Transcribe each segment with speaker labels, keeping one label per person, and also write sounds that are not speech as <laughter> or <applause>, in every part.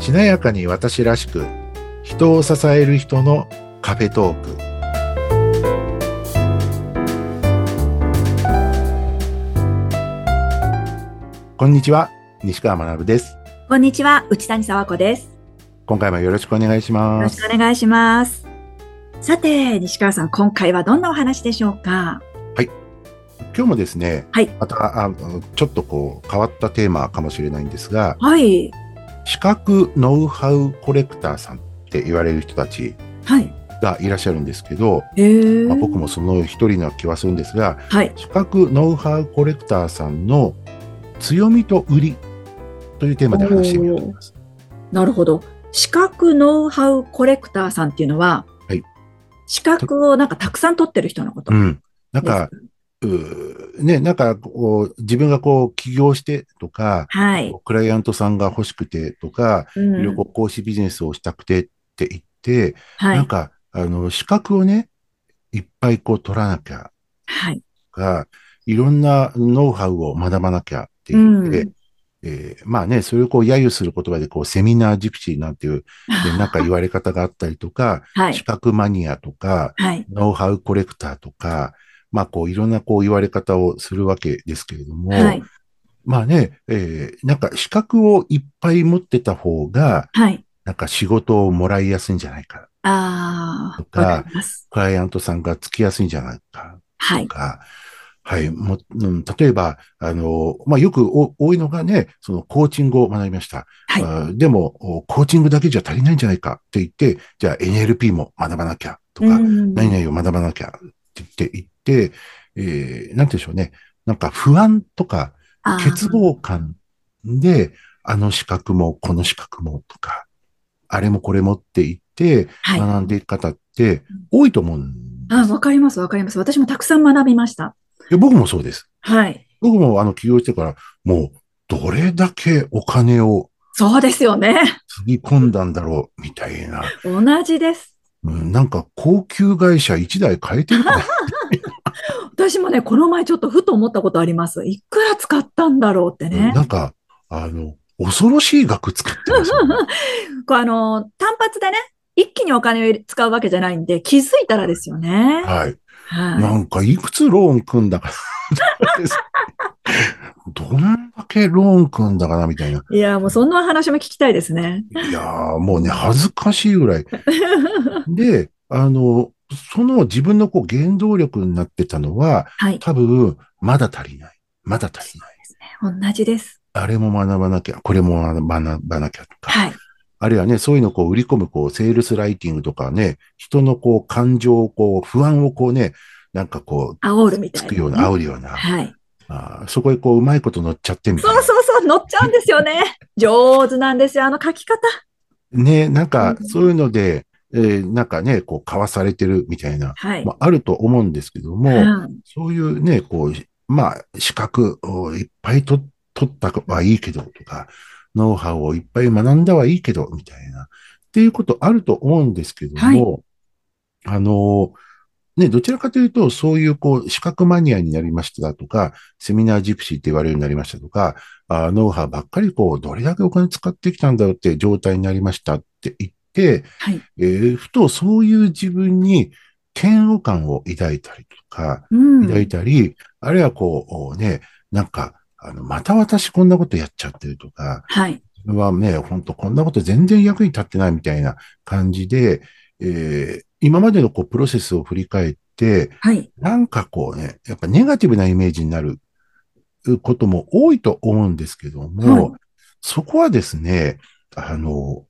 Speaker 1: しなやかに私らしく人を支える人のカフェトークこんにちは西川学です
Speaker 2: こんにちは、内谷沢子です。
Speaker 1: 今回もよろしくお願いし
Speaker 2: よ
Speaker 1: ま
Speaker 2: ろし
Speaker 1: す
Speaker 2: くお願いします。さて、西川さん、今回はどんなお話でしょうか
Speaker 1: 今日もですね、
Speaker 2: はい
Speaker 1: またあのちょっとこう変わったテーマかもしれないんですが
Speaker 2: はい。
Speaker 1: 資格ノウハウコレクターさんって言われる人たち
Speaker 2: はい。
Speaker 1: がいらっしゃるんですけど、
Speaker 2: へー
Speaker 1: まあ、僕もその一人な気はするんですが
Speaker 2: はい。
Speaker 1: 資格ノウハウコレクターさんの強みと売りというテーマで話してみようと思います。
Speaker 2: なるほど。資格ノウハウコレクターさんっていうのは、
Speaker 1: はい
Speaker 2: 資格をなんかたくさん取ってる人のこと。
Speaker 1: うん、なんか、うーね、なんかこう自分がこう起業してとか、
Speaker 2: はい。
Speaker 1: クライアントさんが欲しくてとか、
Speaker 2: うん
Speaker 1: 旅行講師ビジネスをしたくてって言って、
Speaker 2: は
Speaker 1: なん
Speaker 2: い。
Speaker 1: かあの資格をね、いっぱいこう取らなきゃ
Speaker 2: はい。
Speaker 1: が、いろんなノウハウを学ばなきゃって言って、
Speaker 2: うん
Speaker 1: えーまあね、それをこう揶揄する言葉でこうセミナージプシーなんていう、ね、なんか言われ方があったりとか、
Speaker 2: <laughs> は
Speaker 1: 資
Speaker 2: い。
Speaker 1: 格マニアとか、
Speaker 2: はい。
Speaker 1: ノウハウコレクターとか、まあこういろんなこう言われ方をするわけですけれども、
Speaker 2: はい。
Speaker 1: まあね、えーなんか資格をいっぱい持ってた方が、
Speaker 2: はい。
Speaker 1: なんか仕事をもらいやすいんじゃないか、
Speaker 2: あ
Speaker 1: と
Speaker 2: あ、
Speaker 1: か
Speaker 2: わかります。
Speaker 1: クライアントさんがつきやすいんじゃないか
Speaker 2: は
Speaker 1: と
Speaker 2: い。
Speaker 1: か、はい、もうん例えば、あの、まあ、よくお多いのがね、そのコーチングを学びました。
Speaker 2: はい
Speaker 1: あでも、おコーチングだけじゃ足りないんじゃないかって言って、じゃあ NLP も学ばなきゃとか、
Speaker 2: うん
Speaker 1: 何々を学ばなきゃって言って、言って、えー、なんて言うんでしょうね。なんか不安とか、
Speaker 2: あー
Speaker 1: 欠乏感で、あの資格もこの資格もとか、あれもこれもって言って、
Speaker 2: はい。
Speaker 1: 学んでいく方って多いと思うんです。
Speaker 2: あ、わかります、わかります。私もたくさん学びました。
Speaker 1: いや僕もそうです。
Speaker 2: はい。
Speaker 1: 僕もあの起業してから、もうどれだけお金を
Speaker 2: そうですよね。
Speaker 1: つぎ込んだんだろうみたいな、
Speaker 2: 同じです。
Speaker 1: うん、なんか高級会社1台変えてるかな
Speaker 2: 私もね、この前ちょっとふと思ったことあります。いくら使ったんだろうって
Speaker 1: うん
Speaker 2: <laughs> ね。
Speaker 1: なんか、あの、恐ろしい額作ってますよね、
Speaker 2: <laughs> こうあの、単発でね、一気にお金を入れ使うわけじゃないんで、気づいたらですよね。
Speaker 1: はい。
Speaker 2: は
Speaker 1: なんかいくつローン組んだかな <laughs> どんだけローン組んだかなみたいな。
Speaker 2: い。いや、もうそんな話も聞きたいですね。
Speaker 1: いやーもうね、恥ずかしい
Speaker 2: <laughs>
Speaker 1: ぐらい。で、あの、その自分のこう原動力になってたのは、
Speaker 2: はい。
Speaker 1: 多分、まだ足りない。まだ足りない。
Speaker 2: 同じです。
Speaker 1: あれも学ばなきゃ、これも学ばなきゃとか。
Speaker 2: はい。
Speaker 1: あるいはね、そういうのをこう売り込む、こう、セールスライティングとかね、人のこう、感情をこう、不安をこうね、なんかこう、
Speaker 2: 煽るみたい
Speaker 1: つ
Speaker 2: な、
Speaker 1: くような、煽るような、
Speaker 2: はい。
Speaker 1: あーそこへこう、うまいこと乗っちゃってみたい
Speaker 2: そうそうそう、乗っちゃうんですよ
Speaker 1: <laughs>
Speaker 2: ね。上手なんですよ、あの書き方。
Speaker 1: な。ね、なんか
Speaker 2: う、ん
Speaker 1: そういうので、えーなんかね、こう、買わされてるみたいな、
Speaker 2: はい。
Speaker 1: まあ、あると思うんですけども、
Speaker 2: うん
Speaker 1: そういうね、こう、まあ、資格をいっぱいと取ったはいいけどとか、ノウハウをいっぱい学んだはいいけど、みたいな。っていうことあると思うんですけども、あの、ね、どちらかというと、そういう、こう、資格マニアになりましたとか、セミナージプシーって言われるようになりましたとか、あノウハウばっかり、こう、どれだけお金使ってきたんだろうって状態になりましたって言って、
Speaker 2: はい
Speaker 1: えーふとそういう自分に嫌悪感を抱いたりとか、
Speaker 2: うん
Speaker 1: 抱いたり、あるいはこう、ね、なんか、あの、また私こんなことやっちゃってるとか、
Speaker 2: はい。
Speaker 1: 自分はね、ほんとこんなこと全然役に立ってないみたいな感じで、えー今までのこう、プロセスを振り返って、
Speaker 2: はい。
Speaker 1: なんかこうね、やっぱネガティブなイメージになることも多いと思うんですけども、そこはですね、あの、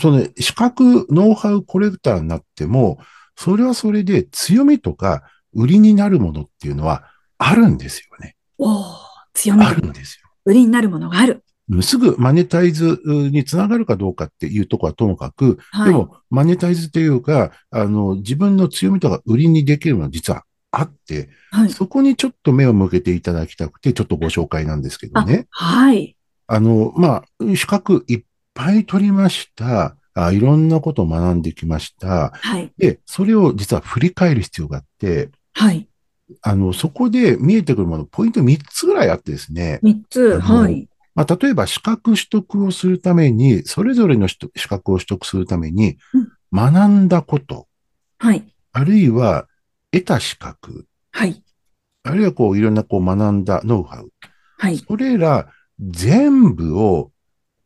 Speaker 1: その資格、ノウハウ、コレクターになっても、それはそれで強みとか売りになるものっていうのはあるんですよね。
Speaker 2: おお、強み
Speaker 1: あ。るんですよ。
Speaker 2: 売りになるものがある。
Speaker 1: すぐマネタイズにつながるかどうかっていうところはともかく、
Speaker 2: はい。
Speaker 1: でもマネタイズというか、あの、自分の強みとか売りにできるのは実はあって、
Speaker 2: はい。
Speaker 1: そこにちょっと目を向けていただきたくて、ちょっとご紹介なんですけどね。
Speaker 2: はい。
Speaker 1: あの、まあ、資格いっぱい取りました。あいろんなことを学んできました。
Speaker 2: はい。
Speaker 1: で、それを実は振り返る必要があって、
Speaker 2: はい。
Speaker 1: あの、そこで見えてくるもの、ポイント3つぐらいあってですね、
Speaker 2: 三つ。
Speaker 1: あの
Speaker 2: はい。
Speaker 1: まあ、例えば資格取得をするために、それぞれの人資格を取得するために
Speaker 2: うん、
Speaker 1: 学んだこと、
Speaker 2: はい。
Speaker 1: あるいは得た資格、
Speaker 2: はい。
Speaker 1: あるいはこういろんなこう学んだノウハウ、
Speaker 2: はい。
Speaker 1: それら全部を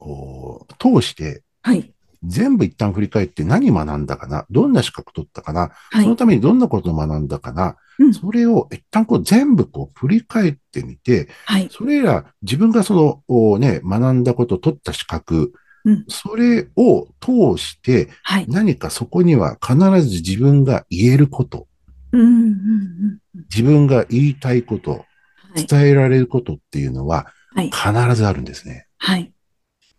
Speaker 1: お通して、
Speaker 2: はい。
Speaker 1: 全部一旦振り返って何学んだかな、どんな資格取ったかな、
Speaker 2: は
Speaker 1: その
Speaker 2: い。
Speaker 1: ためにどんなことを学んだかな、
Speaker 2: うん
Speaker 1: それを一旦こう全部こう振り返ってみて、
Speaker 2: はい。
Speaker 1: それら自分がそのおね、学んだこと、取った資格、
Speaker 2: うん
Speaker 1: それを通して
Speaker 2: はい。
Speaker 1: 何かそこには必ず自分が言えること、
Speaker 2: うん。うんうん。うん
Speaker 1: 自分が言いたいこと、
Speaker 2: はい。
Speaker 1: 伝えられることっていうのは
Speaker 2: はい。
Speaker 1: 必ずあるんですね。
Speaker 2: はい。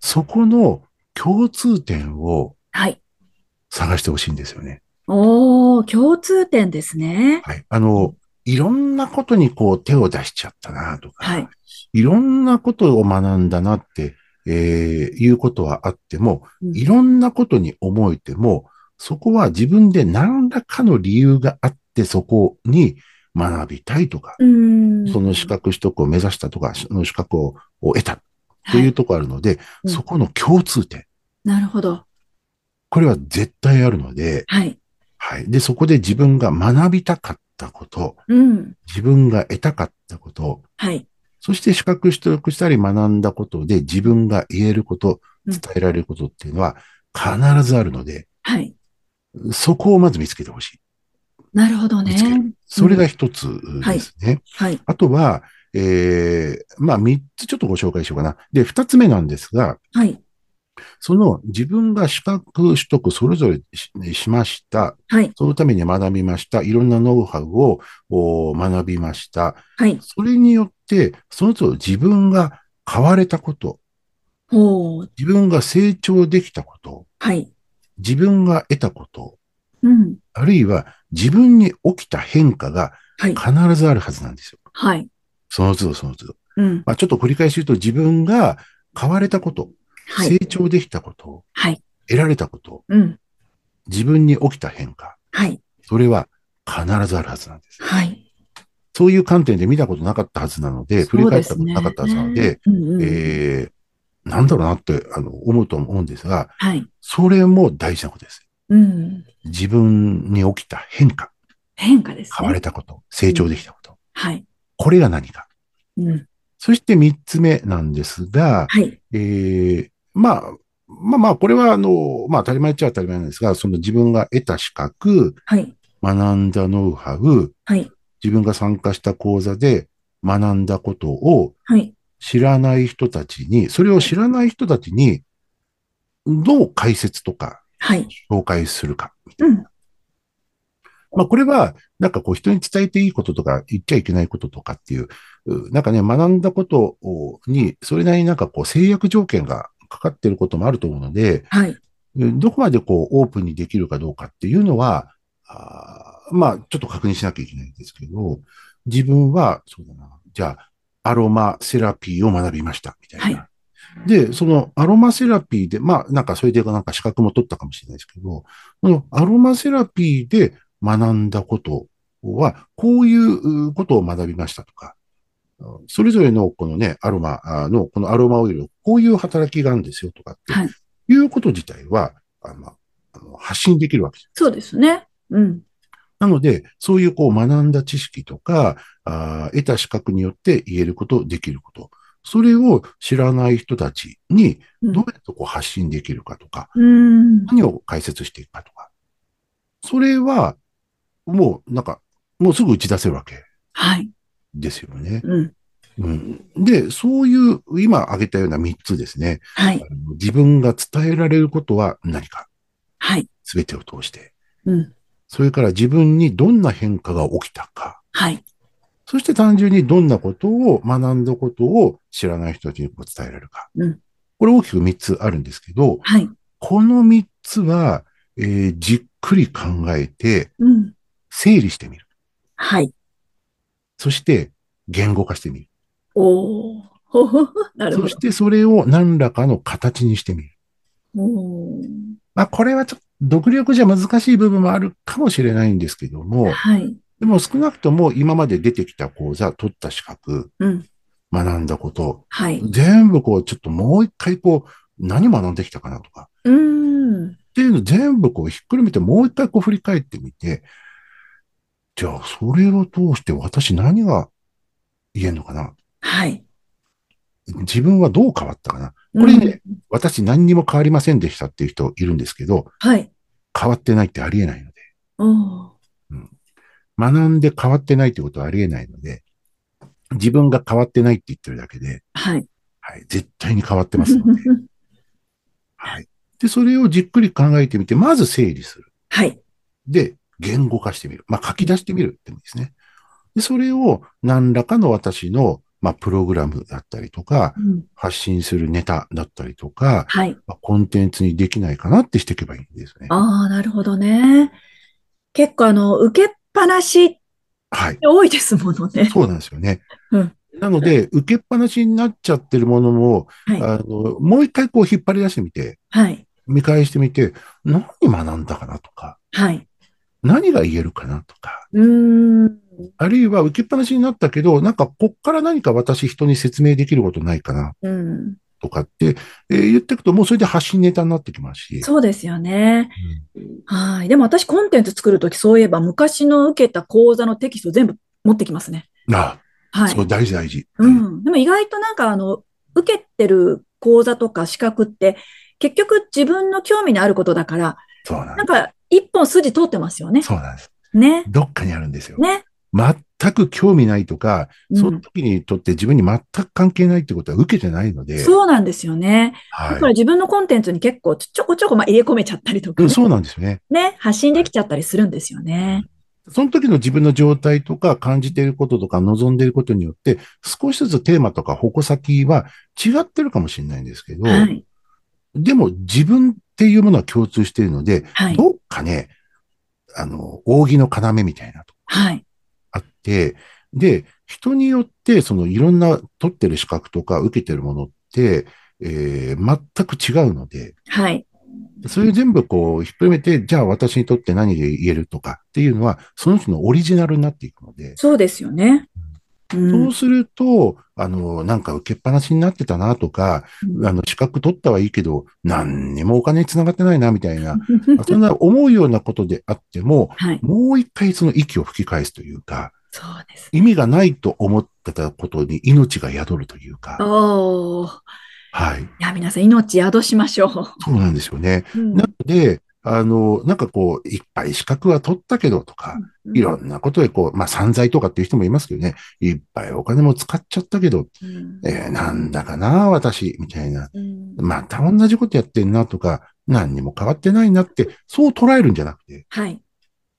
Speaker 1: そこの共通点を
Speaker 2: はい。
Speaker 1: 探してほしいんですよね。
Speaker 2: おー、共通点ですね。
Speaker 1: はい。あの、いろんなことにこう手を出しちゃったなとか、
Speaker 2: はい。
Speaker 1: いろんなことを学んだなって、えーいうことはあっても、
Speaker 2: うん
Speaker 1: いろんなことに思えても、そこは自分で何らかの理由があって、そこに学びたいとか、
Speaker 2: うーん。
Speaker 1: その資格取得を目指したとか、その資格をを得たという
Speaker 2: は
Speaker 1: ところあるので、
Speaker 2: うん
Speaker 1: そこの共通点、
Speaker 2: なるほど。
Speaker 1: これは絶対あるので、
Speaker 2: はい。
Speaker 1: はい。で、そこで自分が学びたかったこと、
Speaker 2: うん。
Speaker 1: 自分が得たかったこと、
Speaker 2: はい。
Speaker 1: そして資格取得したり学んだことで自分が言えること、
Speaker 2: うん
Speaker 1: 伝えられることっていうのは必ずあるので、
Speaker 2: はい。
Speaker 1: そこをまず見つけてほしい。
Speaker 2: なるほど
Speaker 1: 見つけ
Speaker 2: ね。
Speaker 1: それが一つですね。
Speaker 2: はい。
Speaker 1: あとは、えー、まあ三つちょっとご紹介しようかな。で、二つ目なんですが、
Speaker 2: はい。
Speaker 1: その自分が資格取得それぞれししました。
Speaker 2: はい。
Speaker 1: そのために学びました。いろんなノウハウをお学びました。
Speaker 2: はい。
Speaker 1: それによって、その都度自分が変われたこと、
Speaker 2: ほう。
Speaker 1: 自分が成長できたこと、
Speaker 2: はい。
Speaker 1: 自分が得たこと、
Speaker 2: うん。
Speaker 1: あるいは自分に起きた変化が
Speaker 2: はい。
Speaker 1: 必ずあるはずなんですよ。
Speaker 2: はい。
Speaker 1: その都度その都度。
Speaker 2: うん。
Speaker 1: まあ、ちょっと繰り返し言うと自分が変われたこと、
Speaker 2: は
Speaker 1: 成
Speaker 2: い。
Speaker 1: 長できたこと、
Speaker 2: はい。
Speaker 1: 得られたこと、
Speaker 2: うん。
Speaker 1: 自分に起きた変化、
Speaker 2: はい。
Speaker 1: それは必ずあるはずなんです。
Speaker 2: はい。
Speaker 1: そういう観点で見たことなかったはずなので、振り返ったことなかったはずなので、、
Speaker 2: うんうん
Speaker 1: えー、なんだろうなってあの思うと思うんですが、
Speaker 2: はい。
Speaker 1: それも大事なことです。
Speaker 2: うん。
Speaker 1: 自分に起きた変化、
Speaker 2: 変化です
Speaker 1: 変わ
Speaker 2: ね
Speaker 1: れ。たこと、成長できたこと、
Speaker 2: はい。
Speaker 1: これが何か。
Speaker 2: うん。
Speaker 1: そして三つ目なんですが、
Speaker 2: はい。
Speaker 1: えーまあ、まあまあ、これはあの、まあ当たり前っちゃ当たり前なんですが、その自分が得た資格、
Speaker 2: はい。
Speaker 1: 学んだノウハウ、
Speaker 2: はい。
Speaker 1: 自分が参加した講座で学んだことを
Speaker 2: はい。
Speaker 1: 知らない人たちに、それを知らない人たちに、どう解説とか
Speaker 2: はい。
Speaker 1: 紹介するか。
Speaker 2: うん。
Speaker 1: まあこれは、なんかこう人に伝えていいこととか言っちゃいけないこととかっていう、うなんかね、学んだことをに、それなりになんかこう制約条件がかかってることもあると思うので、
Speaker 2: はい。
Speaker 1: うんどこまでこうオープンにできるかどうかっていうのは、あーまあちょっと確認しなきゃいけないんですけど、自分は、そうだな、じゃあ、アロマセラピーを学びました、みたいな。で、そのアロマセラピーで、まあなんかそれでなんか資格も取ったかもしれないですけど、そのアロマセラピーで学んだことは、こういううことを学びましたとか、うんそれぞれのこのね、アロマあの、このアロマオイル、こういう働きがあるんですよとかって
Speaker 2: はい。
Speaker 1: いうこと自体は、あのあの発信できるわけじ
Speaker 2: そうですね。うん。
Speaker 1: ゃん。なので、そういうこう学んだ知識とか、あー得た資格によって言えること、できること。それを知らない人たちに
Speaker 2: うん
Speaker 1: どうやってこう発信できるかとか、
Speaker 2: うん。
Speaker 1: 何を解説していくかとか。それは、もうなんか、もうすぐ打ち出せるわけ
Speaker 2: はい。
Speaker 1: ですよね。
Speaker 2: うん。
Speaker 1: うん、で、そういう、今挙げたような3つですね。
Speaker 2: はい。
Speaker 1: あの自分が伝えられることは何か、
Speaker 2: はい。
Speaker 1: すべてを通して。
Speaker 2: うん。
Speaker 1: それから自分にどんな変化が起きたか。
Speaker 2: はい。
Speaker 1: そして単純にどんなことを学んだことを知らない人たちにこう伝えられるか。
Speaker 2: うん
Speaker 1: これ大きく3つあるんですけど、
Speaker 2: はい。
Speaker 1: この3つは、えーじっくり考えて
Speaker 2: うん。
Speaker 1: 整理してみる。
Speaker 2: はい。
Speaker 1: そして言語化してみる。
Speaker 2: おお。 <laughs> なる
Speaker 1: そ
Speaker 2: ほど
Speaker 1: し。てそれを何らかの形にしてみる。
Speaker 2: おー
Speaker 1: まあこれはちょっと独力じゃ難しい部分もあるかもしれないんですけども、
Speaker 2: はい。
Speaker 1: でも少なくとも今まで出てきた講座、取った資格、
Speaker 2: うん。
Speaker 1: 学んだこと、
Speaker 2: はい。
Speaker 1: 全部こう、ちょっともう一回こう、何学んできたかなとか、
Speaker 2: うーん。
Speaker 1: っていうの全部こうひっくるめてもう一回こう振り返ってみて、じゃあそれを通して私何が言えるのかな
Speaker 2: はい。
Speaker 1: 自分はどう変わったかなこれね
Speaker 2: うん
Speaker 1: 私何にも変わりませんでしたっていう人いるんですけど、
Speaker 2: はい。
Speaker 1: 変わってないってありえないので、
Speaker 2: おー
Speaker 1: 学んで変わってないってことはありえないので、自分が変わってないって言ってるだけで、
Speaker 2: はい。
Speaker 1: はい、絶対に変わってますので、はい。で、それをじっくり考えてみて、まず整理する。
Speaker 2: <laughs> はい。
Speaker 1: で、言語化してみる。まあ、書き出してみるってもいいですね。で、それを何らかの私の、まあ、プログラムだったりとか、
Speaker 2: うん
Speaker 1: 発信するネタだったりとか、
Speaker 2: はい。
Speaker 1: まあコンテンツにできないかなってしていけばいいんですね。
Speaker 2: ああ、なるほどね。結構あの、受けっぱなしって
Speaker 1: はい。
Speaker 2: 多いですものね。
Speaker 1: そうなんですよね。
Speaker 2: うん
Speaker 1: なので、受けっぱなしになっちゃってるものを、
Speaker 2: はい。
Speaker 1: あの、もう一回こう引っ張り出してみて、
Speaker 2: はい。
Speaker 1: 見返してみて、何学んだかなとか、
Speaker 2: はい。
Speaker 1: 何が言えるかなとか、
Speaker 2: うーん。
Speaker 1: あるいは受けっぱなしになったけど、なんかこっから何か私人に説明できることないかな
Speaker 2: うん。
Speaker 1: とかって、えー言っていくともうそれで発信ネタになってきますし。
Speaker 2: そうですよね。はい。でも私コンテンツ作るとき、そういえば昔の受けた講座のテキスト全部持ってきますね。
Speaker 1: うんあ、
Speaker 2: はい
Speaker 1: そ。う、大事大事。
Speaker 2: うん。でも意外となんかあの、受けてる講座とか資格って、結局自分の興味のあることだから、
Speaker 1: そうなん
Speaker 2: な
Speaker 1: で
Speaker 2: んか一本筋通ってますよね
Speaker 1: す。。そうなんです。
Speaker 2: ね。
Speaker 1: どっかにあるんですよ。
Speaker 2: ね。
Speaker 1: 全く興味ないとか、
Speaker 2: うん
Speaker 1: その時にとって自分に全く関係ないってことは受けてないので。
Speaker 2: そうなんですよね。だから
Speaker 1: はい。
Speaker 2: 自分のコンテンツに結構ちょこちょこまあ入れ込めちゃったりとか
Speaker 1: う
Speaker 2: ね、
Speaker 1: ん、そうなんですよね。
Speaker 2: ね、発信できちゃったりするんですよね。
Speaker 1: その時の自分の状態とか感じていることとか望んでいることによって、少しずつテーマとか矛先は違ってるかもしれないんですけど、
Speaker 2: はい。
Speaker 1: でも自分っていうものは共通しているので、
Speaker 2: はい。
Speaker 1: どっかね、あの、扇の要みたいなとこ
Speaker 2: はい。
Speaker 1: あって、で、人によって、そのいろんな取ってる資格とか受けてるものって、えー全く違うので、
Speaker 2: はい。
Speaker 1: それを全部こう、ひっくるめて、じゃあ私にとって何で言えるとかっていうのは、その人のオリジナルになっていくので、
Speaker 2: そうですよね。うん
Speaker 1: そうすると、あの、なんか受けっぱなしになってたなとか、あの、資格取ったはいいけど、何にもお金に繋がってないな、みたいな、
Speaker 2: <laughs>
Speaker 1: そんな思うようなことであっても、
Speaker 2: <laughs> はい。
Speaker 1: もう一回その息を吹き返すというか、
Speaker 2: そうです。
Speaker 1: 意味がないと思ってたことに命が宿るというか、
Speaker 2: おー。
Speaker 1: はい。
Speaker 2: いや、皆さん、命宿しましょう。
Speaker 1: そうなんですよね。
Speaker 2: うん
Speaker 1: なので、あの、なんかこう、いっぱい資格は取ったけどとか、いろんなことでこう、まあ散財とかっていう人もいますけどね、いっぱいお金も使っちゃったけど、
Speaker 2: うん
Speaker 1: えーなんだかな、私、みたいな。
Speaker 2: うん
Speaker 1: また同じことやってんなとか、何にも変わってないなって、そう捉えるんじゃなくて、
Speaker 2: はい。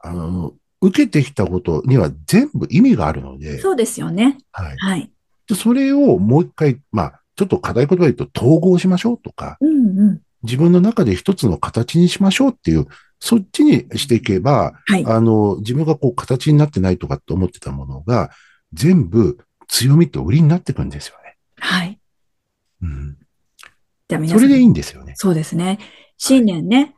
Speaker 1: あの、受けてきたことには全部意味があるので、
Speaker 2: そうですよね。
Speaker 1: はい。
Speaker 2: はい。
Speaker 1: で、それをもう一回、まあ、ちょっと課題言葉で言うと統合しましょうとか、
Speaker 2: うんうん。
Speaker 1: 自分の中で一つの形にしましょうっていう、そっちにしていけば、
Speaker 2: はい。
Speaker 1: あの、自分がこう形になってないとかって思ってたものが、全部強みと売りになってくんですよね。
Speaker 2: はい。
Speaker 1: うん。
Speaker 2: じゃあ皆
Speaker 1: そ
Speaker 2: さん
Speaker 1: れでいいんですよね。
Speaker 2: そうですね。新年ね。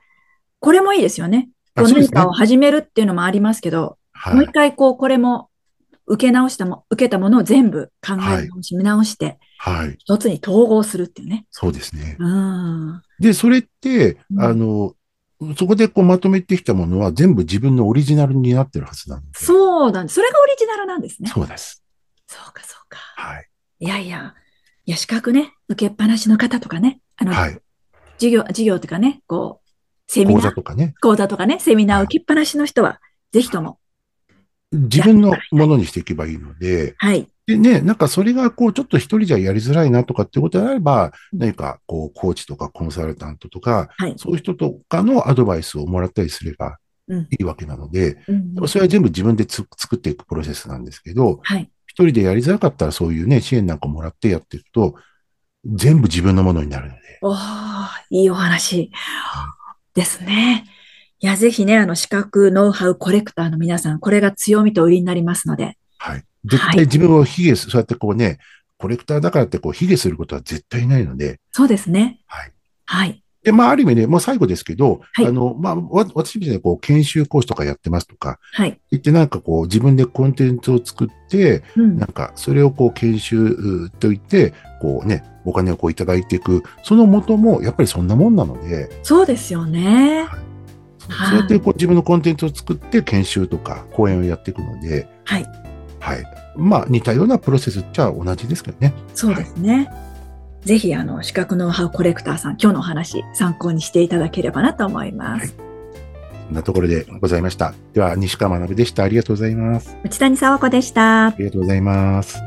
Speaker 2: これもいいですよね。
Speaker 1: あ
Speaker 2: こう
Speaker 1: そうで
Speaker 2: 何
Speaker 1: すね
Speaker 2: かを。始めるっていうのもありますけど、も
Speaker 1: は
Speaker 2: う一
Speaker 1: い。
Speaker 2: 回こう、これも受け直したも、受けたものを全部考え直し、見直して、
Speaker 1: はい。
Speaker 2: 一つに統合するっていうね。
Speaker 1: そうですね。
Speaker 2: うん。
Speaker 1: で、それって
Speaker 2: う、ん
Speaker 1: あの、そこでこうまとめてきたものは全部自分のオリジナルになってるはずなので。
Speaker 2: そうなんです。それがオリジナルなんですね。
Speaker 1: そうです。
Speaker 2: そうか、そうか。
Speaker 1: はい。
Speaker 2: いやいや、いや、資格ね、受けっぱなしの方とかね、あの、
Speaker 1: はい。
Speaker 2: 授業、授業とかね、こう、セミ
Speaker 1: 講
Speaker 2: ナ
Speaker 1: 座
Speaker 2: ー、
Speaker 1: とかね。
Speaker 2: 講座とかね、セミナーを受けっぱなしの人は、ぜひとも、
Speaker 1: 自分のものにしていけばいいので、
Speaker 2: はい、
Speaker 1: でね、なんかそれがこう、ちょっと一人じゃやりづらいなとかってことであれば、何かこう、コーチとかコンサルタントとか、
Speaker 2: はい。
Speaker 1: そういう人とかのアドバイスをもらったりすれば
Speaker 2: うん
Speaker 1: いいわけなので、
Speaker 2: うん
Speaker 1: それは全部自分でつ作っていくプロセスなんですけど、
Speaker 2: はい。
Speaker 1: 一人でやりづらかったらそういうね、支援なんかもらってやっていくと、全部自分のものになるので。
Speaker 2: おー、いいお話ですね。いや、ぜひね、あの、資格、ノウハウ、コレクターの皆さん、これが強みと売りになりますので。
Speaker 1: はい。絶対自分を卑下す、そうやってこうね、コレクターだからってこう、卑下することは絶対ないので、
Speaker 2: そうですね。
Speaker 1: はい。
Speaker 2: はい。
Speaker 1: で、まあ、ある意味ね、もう最後ですけど、
Speaker 2: はい
Speaker 1: あの、まあ、わ私みたいにこう、研修講師とかやってますとか、
Speaker 2: はい。
Speaker 1: 言ってなんかこう、自分でコンテンツを作って、
Speaker 2: うん
Speaker 1: なんか、それをこう、研修うといって、こうね、お金をこういただいていく、その元も、やっぱりそんなもんなので、
Speaker 2: そうですよね。はい
Speaker 1: そうやってこう自分のコンテンツを作って研修とか講演をやっていくので、
Speaker 2: はい。
Speaker 1: はい。まあ似たようなプロセスっちゃ同じですけどね。
Speaker 2: そうですね。ぜひ、あの、資格ノウハウコレクターさん、今日のお話、参考にしていただければなと思います。
Speaker 1: そんなところでございました。では、西川学でした。ありがとうございます。
Speaker 2: 内谷沢子でした
Speaker 1: あ。りがとうございます。